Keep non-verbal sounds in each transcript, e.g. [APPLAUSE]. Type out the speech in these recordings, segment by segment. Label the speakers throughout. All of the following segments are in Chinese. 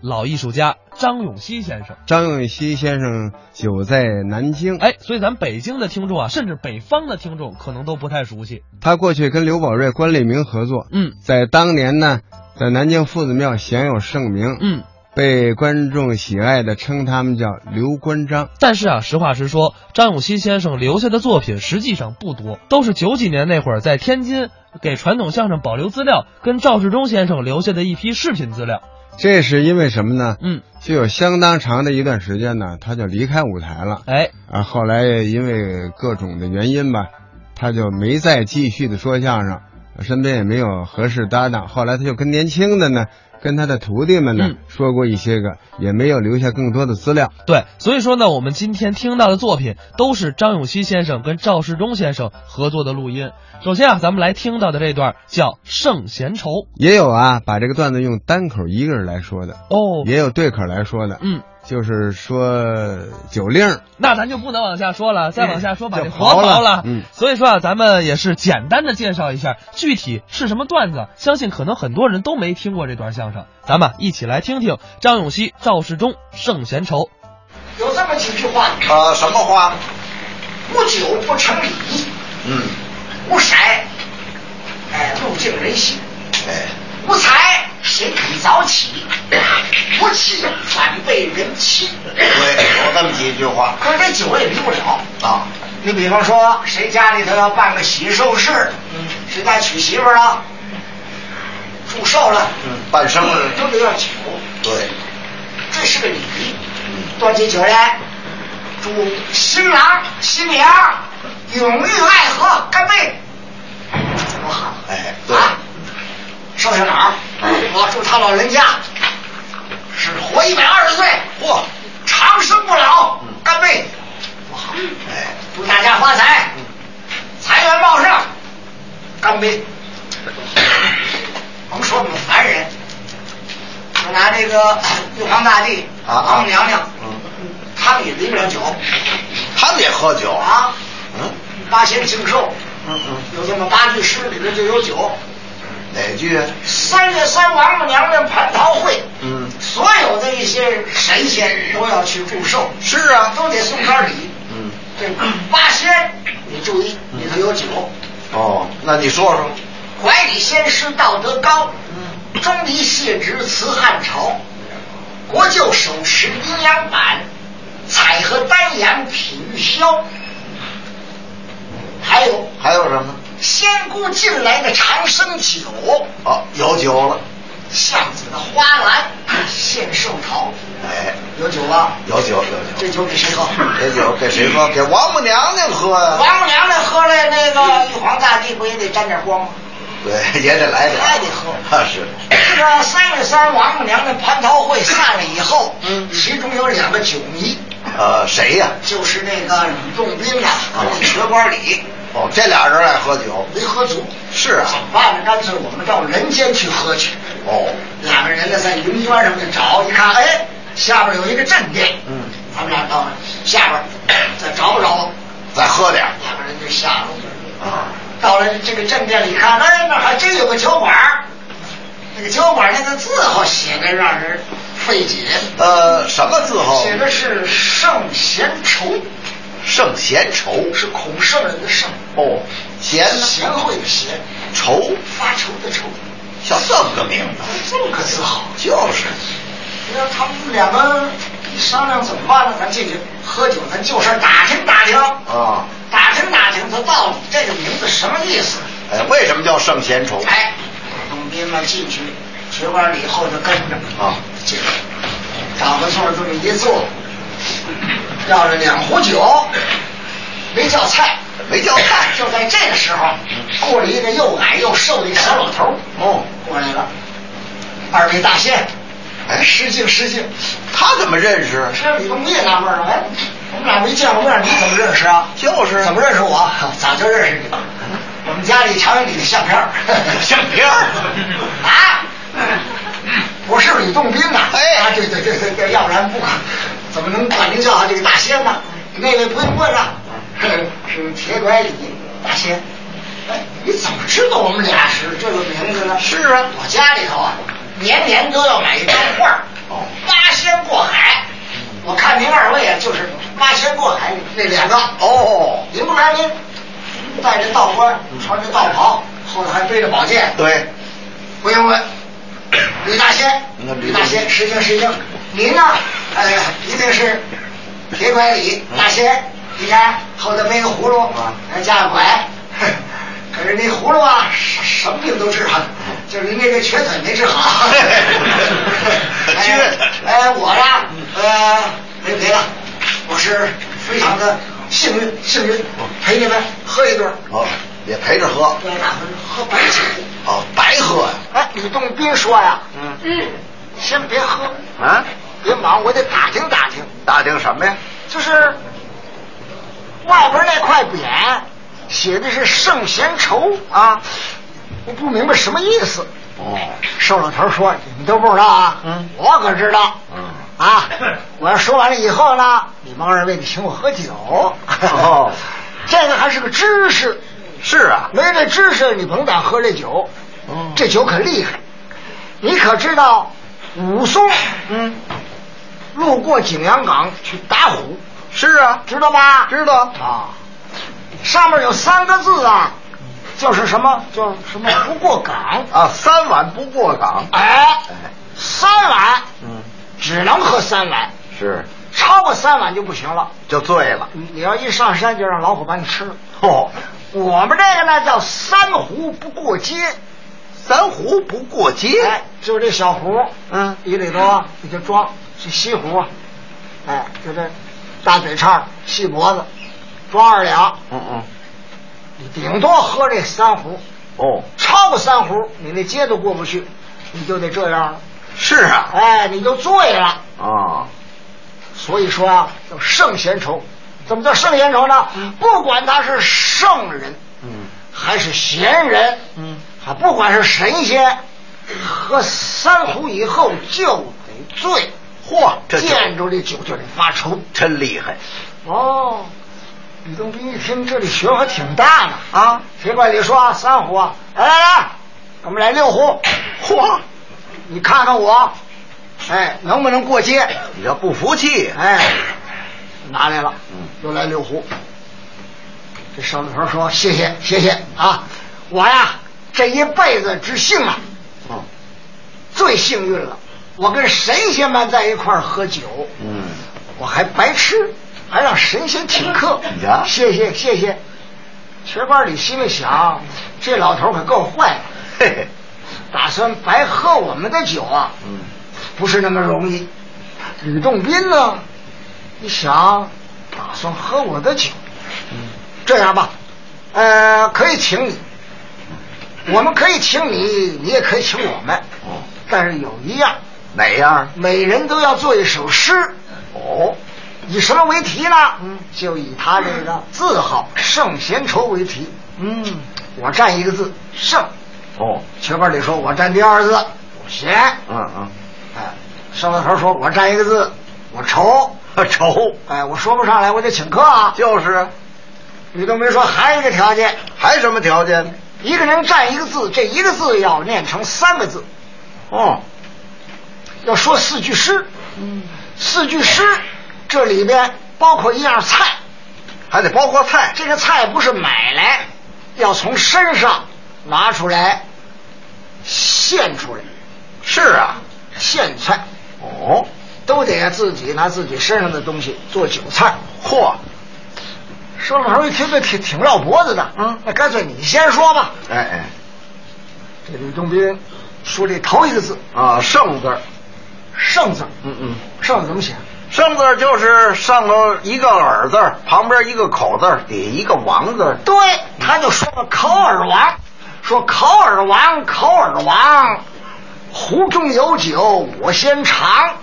Speaker 1: 老艺术家张永熙先生。
Speaker 2: 张永熙先生久在南京，
Speaker 1: 哎，所以咱北京的听众啊，甚至北方的听众可能都不太熟悉。
Speaker 2: 他过去跟刘宝瑞、关立明合作，
Speaker 1: 嗯
Speaker 2: 在当年呢，在南京夫子庙享有盛名，
Speaker 1: 嗯，
Speaker 2: 被观众喜爱的称他们叫刘关张。
Speaker 1: 但是啊，实话实说，张永熙先生留下的作品实际上不多，都是九几年那会儿在天津给传统相声保留资料，跟赵世忠先生留下的一批视频资料。
Speaker 2: 这是因为什么呢？
Speaker 1: 嗯，
Speaker 2: 就有相当长的一段时间呢，他就离开舞台了
Speaker 1: 哎，
Speaker 2: 啊。后来因为各种的原因吧，他就没再继续的说相声，身边也没有合适搭档。后来他就跟年轻的呢，跟他的徒弟们呢、
Speaker 1: 嗯
Speaker 2: 说过一些个，也没有留下更多的资料。
Speaker 1: 对，所以说呢，我们今天听到的作品都是张永熙先生跟赵世忠先生合作的录音。首先啊，咱们来听到的这段叫《圣贤愁》
Speaker 2: 也有啊，把这个段子用单口一个人来说的，
Speaker 1: 哦，
Speaker 2: 也有对口来说的，
Speaker 1: 嗯，
Speaker 2: 就是说酒令儿
Speaker 1: 那咱就不能往下说了，再往下说把
Speaker 2: 就
Speaker 1: 这活
Speaker 2: 刨了
Speaker 1: 刨了。
Speaker 2: 嗯
Speaker 1: 所以说啊，咱们也是简单的介绍一下具体是什么段子，相信可能很多人都没听过这段相声，咱们啊一起来听听张永熙、赵世忠《圣贤愁》。
Speaker 3: 有这么几句话：
Speaker 4: 呃，什么话？
Speaker 3: 无酒不成礼，
Speaker 4: 嗯，
Speaker 3: 无色，哎，路径人心；
Speaker 4: 哎，
Speaker 3: 无才，谁肯早起？无气，反被人欺。
Speaker 4: 对，有这么几句话
Speaker 3: 可是这酒也离不了。
Speaker 4: 啊。
Speaker 3: 你比方说，谁家里头要办个喜寿事，
Speaker 4: 嗯
Speaker 3: 谁家娶媳妇儿了，祝寿了，
Speaker 4: 嗯，半生日
Speaker 3: 都得要酒，
Speaker 4: 对，
Speaker 3: 这是个礼仪。端起酒来，祝新郎新娘永浴爱河，干杯！多好！
Speaker 4: 哎对
Speaker 3: 啊，寿星老，我祝他老人家是活一百二十岁，嚯，长生不老，干杯！多好！
Speaker 4: 哎，
Speaker 3: 祝大家发财，
Speaker 4: 嗯
Speaker 3: 财源茂盛，干杯！甭说我们凡人，就拿这个玉皇大帝、
Speaker 4: 啊
Speaker 3: 王母娘娘，
Speaker 4: 嗯
Speaker 3: 他们也离不了酒
Speaker 4: 他们也喝酒
Speaker 3: 啊。
Speaker 4: 嗯
Speaker 3: 八仙庆寿
Speaker 4: 嗯嗯，
Speaker 3: 有这么八句诗，里面就有酒。
Speaker 4: 哪句？啊
Speaker 3: 三月三，王母娘娘蟠桃会，
Speaker 4: 嗯，
Speaker 3: 所有的一些神仙都要去祝寿，
Speaker 4: 是啊，
Speaker 3: 都得送点礼。
Speaker 4: 嗯，
Speaker 3: 这八仙，你注意里头有酒。
Speaker 4: 哦，那你说说，
Speaker 3: 怀里先师道德高，钟离谢直辞汉朝，国舅手持阴阳板，采和丹阳品玉箫。还有
Speaker 4: 还有什么？
Speaker 3: 仙姑进来的长生酒，
Speaker 4: 哦，有酒了，
Speaker 3: 巷子的花篮献寿桃，
Speaker 4: 哎，
Speaker 3: 有酒吧？
Speaker 4: 有酒有
Speaker 3: 这
Speaker 4: 酒，
Speaker 3: 酒给谁喝？
Speaker 4: 这酒给谁喝？给王母娘娘喝呀。
Speaker 3: 王母娘娘喝了那个玉皇大帝不也得沾点光吗？
Speaker 4: 对，也得来点儿，
Speaker 3: 还得喝
Speaker 4: 啊是，
Speaker 3: 这个三月三王母娘娘蟠桃会散了以后，
Speaker 4: 嗯
Speaker 3: 其中有两个酒迷，
Speaker 4: 呃，谁呀？
Speaker 3: 就是那个吕洞宾呐、和那蛇官李，
Speaker 4: 哦，这俩人爱喝酒，
Speaker 3: 没喝足，
Speaker 4: 是啊
Speaker 3: 怎，么办呢？干脆我们到人间去喝去。
Speaker 4: 哦，
Speaker 3: 两个人呢在云端上就找，一看，哎，下边有一个镇店，
Speaker 4: 嗯，
Speaker 3: 咱们俩到下边再找不着，
Speaker 4: 再喝点儿
Speaker 3: 两个人就下楼。
Speaker 4: 啊，
Speaker 3: 到了这个镇店里看，哎，那还真有个酒馆儿那个酒馆那个字号写的让人费解，
Speaker 4: 呃，什么字号？
Speaker 3: 写的是“圣贤愁
Speaker 4: 圣贤愁”，
Speaker 3: 是孔圣人的圣，
Speaker 4: 哦，贤呢
Speaker 3: 贤惠的贤，
Speaker 4: 愁，
Speaker 3: 发愁的愁，
Speaker 4: 叫这么个名字，
Speaker 3: 这么个字号。
Speaker 4: 就是
Speaker 3: 那他们两个一商量怎么办呢？咱进去喝酒，咱就事儿打听打听，
Speaker 4: 啊，
Speaker 3: 打听打听他到底这个名字什么意思。
Speaker 4: 哎，为什么叫圣贤愁？
Speaker 3: 哎，董斌们进去，学完了以后就跟着
Speaker 4: 啊，
Speaker 3: 进来，找个座儿这么一坐，要了两壶酒，没叫菜，
Speaker 4: 没叫菜
Speaker 3: 就在这个时候，过来一个又矮又瘦的一个小老头儿
Speaker 4: 哦，
Speaker 3: 过来了，二位大仙，
Speaker 4: 哎
Speaker 3: 失敬失敬。
Speaker 4: 他怎么认识？
Speaker 3: 这李东也纳闷了，哎，我们俩没见过面，你怎么认识啊？
Speaker 4: 就是
Speaker 3: 怎么认识我？早就认识你了。我们家里常有你的相片儿
Speaker 4: 相片 [LAUGHS] 儿
Speaker 3: 啊？ [LAUGHS] 我是吕洞宾呐。
Speaker 4: 哎
Speaker 3: 啊，对对对对对，要不然不管怎么能管您叫这个大仙呢？那位不用问了，啊是铁拐李大仙。哎，你怎么知道我们俩是这个名字呢？
Speaker 4: 是啊
Speaker 3: 我家里头啊，年年都要买一张画儿
Speaker 4: 哦，
Speaker 3: 啊
Speaker 4: 哦
Speaker 3: 干净，戴着道冠，穿着道袍，后头还背着宝剑。
Speaker 4: 对，
Speaker 3: 不用问，吕大仙
Speaker 4: 那，吕
Speaker 3: 吕大仙，失敬失敬。您呢？呃，一定是铁拐李大仙。你看后头背个葫芦
Speaker 4: 啊，
Speaker 3: 还加个拐。 [LAUGHS] 可是那葫芦啊，什什么病都治好，就是您这个瘸腿没治好。
Speaker 4: 缺
Speaker 3: [LAUGHS] 哎
Speaker 4: 腿
Speaker 3: 哎，我呀，呃，没别的，我是非常的幸运，幸运陪你们喝一顿儿。
Speaker 4: 哦，也陪着喝，
Speaker 3: 我打算喝白酒。
Speaker 4: 哦，白喝呀、
Speaker 3: 哎，吕洞宾说呀，
Speaker 4: 嗯
Speaker 3: 嗯，先别喝，
Speaker 4: 啊？
Speaker 3: 别忙，我得打听打听，
Speaker 4: 打听什么呀？
Speaker 3: 就是外边那块匾写的是圣贤愁啊，我不明白什么意思。
Speaker 4: 哦，
Speaker 3: 瘦老头说：“你们都不知道啊，
Speaker 4: 嗯
Speaker 3: 我可知道，
Speaker 4: 嗯
Speaker 3: 啊，我要说完了以后呢，你们二位得请我喝酒。
Speaker 4: 哦，
Speaker 3: [LAUGHS] 这个还是个知识，
Speaker 4: 是啊，
Speaker 3: 没这知识你甭敢喝这酒，
Speaker 4: 哦
Speaker 3: 这酒可厉害。你可知道，武松
Speaker 4: 嗯，
Speaker 3: 路过景阳冈去打虎，
Speaker 4: 是啊，
Speaker 3: 知道吗？
Speaker 4: 知道
Speaker 3: 啊，上面有三个字啊，就是什么，就是什么不过岗。
Speaker 4: 啊，三碗不过岗。
Speaker 3: 哎，三碗
Speaker 4: 嗯，
Speaker 3: 只能喝三碗，
Speaker 4: 是，
Speaker 3: 超过三碗就不行了。
Speaker 4: 就醉了。
Speaker 3: 你你要一上山就让老虎把你吃了。
Speaker 4: 哦，
Speaker 3: 我们这个呢叫三壶不过街，
Speaker 4: 三壶不过街。
Speaker 3: 哎，就这小壶，
Speaker 4: 嗯
Speaker 3: 一里头啊你就装是西壶啊，哎，就这大嘴叉、细脖子，装二两，
Speaker 4: 嗯嗯，
Speaker 3: 你顶多喝这三壶，
Speaker 4: 哦，
Speaker 3: 超过三壶你那街都过不去，你就得这样了，
Speaker 4: 是啊。
Speaker 3: 哎，你就醉了。
Speaker 4: 啊，
Speaker 3: 所以说啊，叫圣贤愁。怎么叫圣贤愁呢？不管他是圣人
Speaker 4: 嗯
Speaker 3: 还是贤人，
Speaker 4: 嗯，
Speaker 3: 还不管是神仙，喝三壶以后就得醉。嚯
Speaker 4: 这酒
Speaker 3: 见着这酒就得发愁。
Speaker 4: 真厉害
Speaker 3: 哦，吕洞宾一听这里学问还挺大呢。
Speaker 4: 啊！
Speaker 3: 铁拐李说啊三壶啊，来来来，我们来六壶。嚯，你看看我，哎，能不能过街？
Speaker 4: 你这不服气？
Speaker 3: 哎，拿来了，
Speaker 4: 嗯
Speaker 3: 又来六壶。这烧老头说：“谢谢，谢谢啊！我呀，这一辈子之幸啊，
Speaker 4: 嗯
Speaker 3: 最幸运了。我跟神仙们在一块儿喝酒，
Speaker 4: 嗯，
Speaker 3: 我还白吃，还让神仙请客
Speaker 4: 嗯呀。
Speaker 3: 谢谢，谢谢。”瘸官李心里想：这老头可够坏的，
Speaker 4: 嘿嘿，
Speaker 3: 打算白喝我们的酒啊。
Speaker 4: 嗯，
Speaker 3: 不是那么容易。吕洞宾呢，一想，打算喝我的酒。这样吧，呃，可以请你，我们可以请你，你也可以请我们。
Speaker 4: 哦，
Speaker 3: 但是有一样，
Speaker 4: 哪样？
Speaker 3: 每人都要做一首诗。哦，以什么为题呢？嗯，就以他这个字号“圣贤愁”为题。
Speaker 4: 嗯，
Speaker 3: 我占一个字“圣
Speaker 4: 哦，”，
Speaker 3: 瘸板里说我占第二字“贤”。
Speaker 4: 嗯
Speaker 3: 哎，上老头说：“我占一个字，我愁。
Speaker 4: 嗯， [LAUGHS] 愁”
Speaker 3: 哎，我说不上来，我得请客啊。
Speaker 4: 就是，
Speaker 3: 吕洞宾说还有一个条件，
Speaker 4: 还什么条件？
Speaker 3: 一个人占一个字，这一个字要念成三个字，
Speaker 4: 哦，
Speaker 3: 要说四句诗。嗯，四句诗，这里边包括一样菜，
Speaker 4: 还得包括菜。
Speaker 3: 这个菜不是买来，要从身上拿出来，现出来，
Speaker 4: 是啊，
Speaker 3: 现菜
Speaker 4: 哦，
Speaker 3: 都得自己拿自己身上的东西做酒菜。
Speaker 4: 嚯，
Speaker 3: 说老头一听这挺挺绕脖子的，
Speaker 4: 嗯
Speaker 3: 那干脆你先说吧。
Speaker 4: 哎哎，
Speaker 3: 这吕洞宾说这头一个字
Speaker 4: 啊，圣字儿，
Speaker 3: “圣”字，
Speaker 4: 嗯嗯，
Speaker 3: 圣怎么写？
Speaker 4: 圣字儿就是上头一个耳字儿，旁边一个口字儿，底下一个王字儿。
Speaker 3: 对，他就说了烤耳王，说烤耳王，烤耳王，壶中有酒我先尝，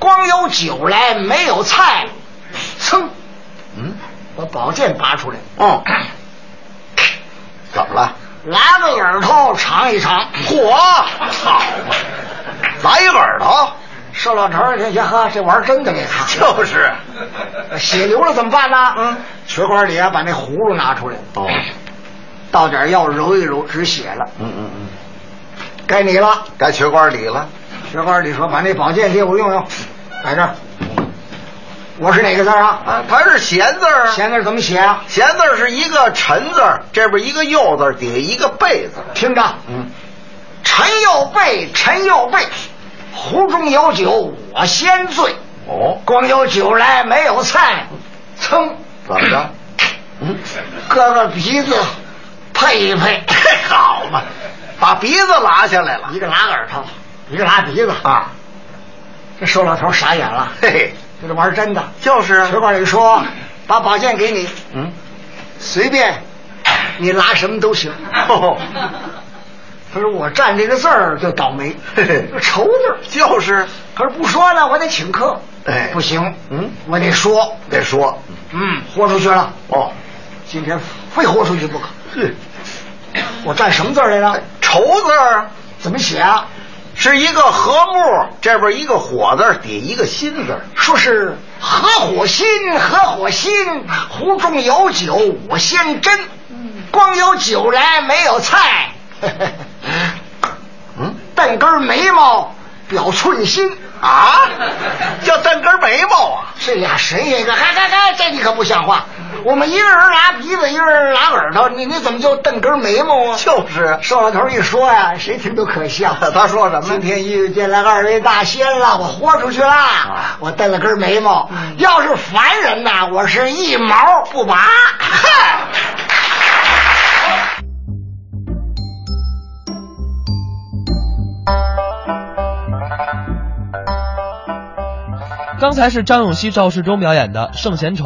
Speaker 3: 光有酒来没有菜，噌，
Speaker 4: 嗯，
Speaker 3: 把宝剑拔出来，
Speaker 4: 哦， [CLEARS THROAT] 怎么了？
Speaker 3: 拿个耳朵尝一尝。
Speaker 4: 嚯，好嘛，来一耳朵，
Speaker 3: 瘦老头儿一听，呀呵，这玩意儿真的给他。
Speaker 4: 哦就是，啊
Speaker 3: 血流了怎么办呢？
Speaker 4: 嗯，
Speaker 3: 血管里啊，把那葫芦拿出来，
Speaker 4: 哦，
Speaker 3: 倒点药揉一揉，止血了。
Speaker 4: 嗯嗯嗯，
Speaker 3: 该你了。
Speaker 4: 该血管里了。
Speaker 3: 血管里说：“把那宝剑借我用用，摆这儿。”我是哪个字儿啊？
Speaker 4: 啊，它是闲字儿啊，
Speaker 3: 闲字怎么写啊？
Speaker 4: 闲字儿是一个陈字儿，这边一个右字儿，底下一个贝字儿。
Speaker 3: 听着，
Speaker 4: 嗯，
Speaker 3: 陈又备，陈又备，壶中有酒我先醉，
Speaker 4: 哦，
Speaker 3: 光有酒来没有菜，噌，
Speaker 4: 怎么着？嗯，
Speaker 3: 割个鼻子，配一配，
Speaker 4: 好嘛，把鼻子拉下来了
Speaker 3: 一个拉耳朵，一个拉鼻子。
Speaker 4: 啊！
Speaker 3: 这瘦老头傻眼了，
Speaker 4: 嘿嘿，
Speaker 3: 这是玩儿真的。
Speaker 4: 就是啊
Speaker 3: 水管里说，把宝剑给你，
Speaker 4: 嗯，
Speaker 3: 随便你拉什么都行。
Speaker 4: 哦
Speaker 3: 他说我占这个字儿就倒霉，
Speaker 4: 嘿嘿
Speaker 3: 就愁字儿。
Speaker 4: 就是
Speaker 3: 可是不说呢，我得请客。
Speaker 4: 哎
Speaker 3: 不行，
Speaker 4: 嗯，
Speaker 3: 我得说，
Speaker 4: 得说
Speaker 3: 嗯，豁出去了。
Speaker 4: 哦，
Speaker 3: 今天非豁出去不可。
Speaker 4: 哼，
Speaker 3: 我占什么字儿来着？
Speaker 4: 愁字儿
Speaker 3: 怎么写啊？
Speaker 4: 哎是一个和木，这边一个火字儿，底下一个心字儿。
Speaker 3: 说是合伙心，合伙心，壶中有酒我先斟，光有酒来没有菜，
Speaker 4: [LAUGHS] 嗯
Speaker 3: 瞪根眉毛表寸心。
Speaker 4: 啊，叫瞪根眉毛啊！
Speaker 3: 这俩谁呀？一个嗨嗨嗨，这你可不像话！我们一个人拉鼻子，一个人拉耳朵，你你怎么就瞪根眉毛啊？
Speaker 4: 就是
Speaker 3: 瘦老头一说呀、谁听都可笑。
Speaker 4: [LAUGHS] 他说什么
Speaker 3: 今天遇见了二位大仙了，我豁出去啦！
Speaker 4: 啊嗯
Speaker 3: 我瞪了根眉毛，要是凡人呐，我是一毛不拔。嗨， [LAUGHS]
Speaker 1: 刚才是张永熙、赵世忠表演的《圣贤愁》，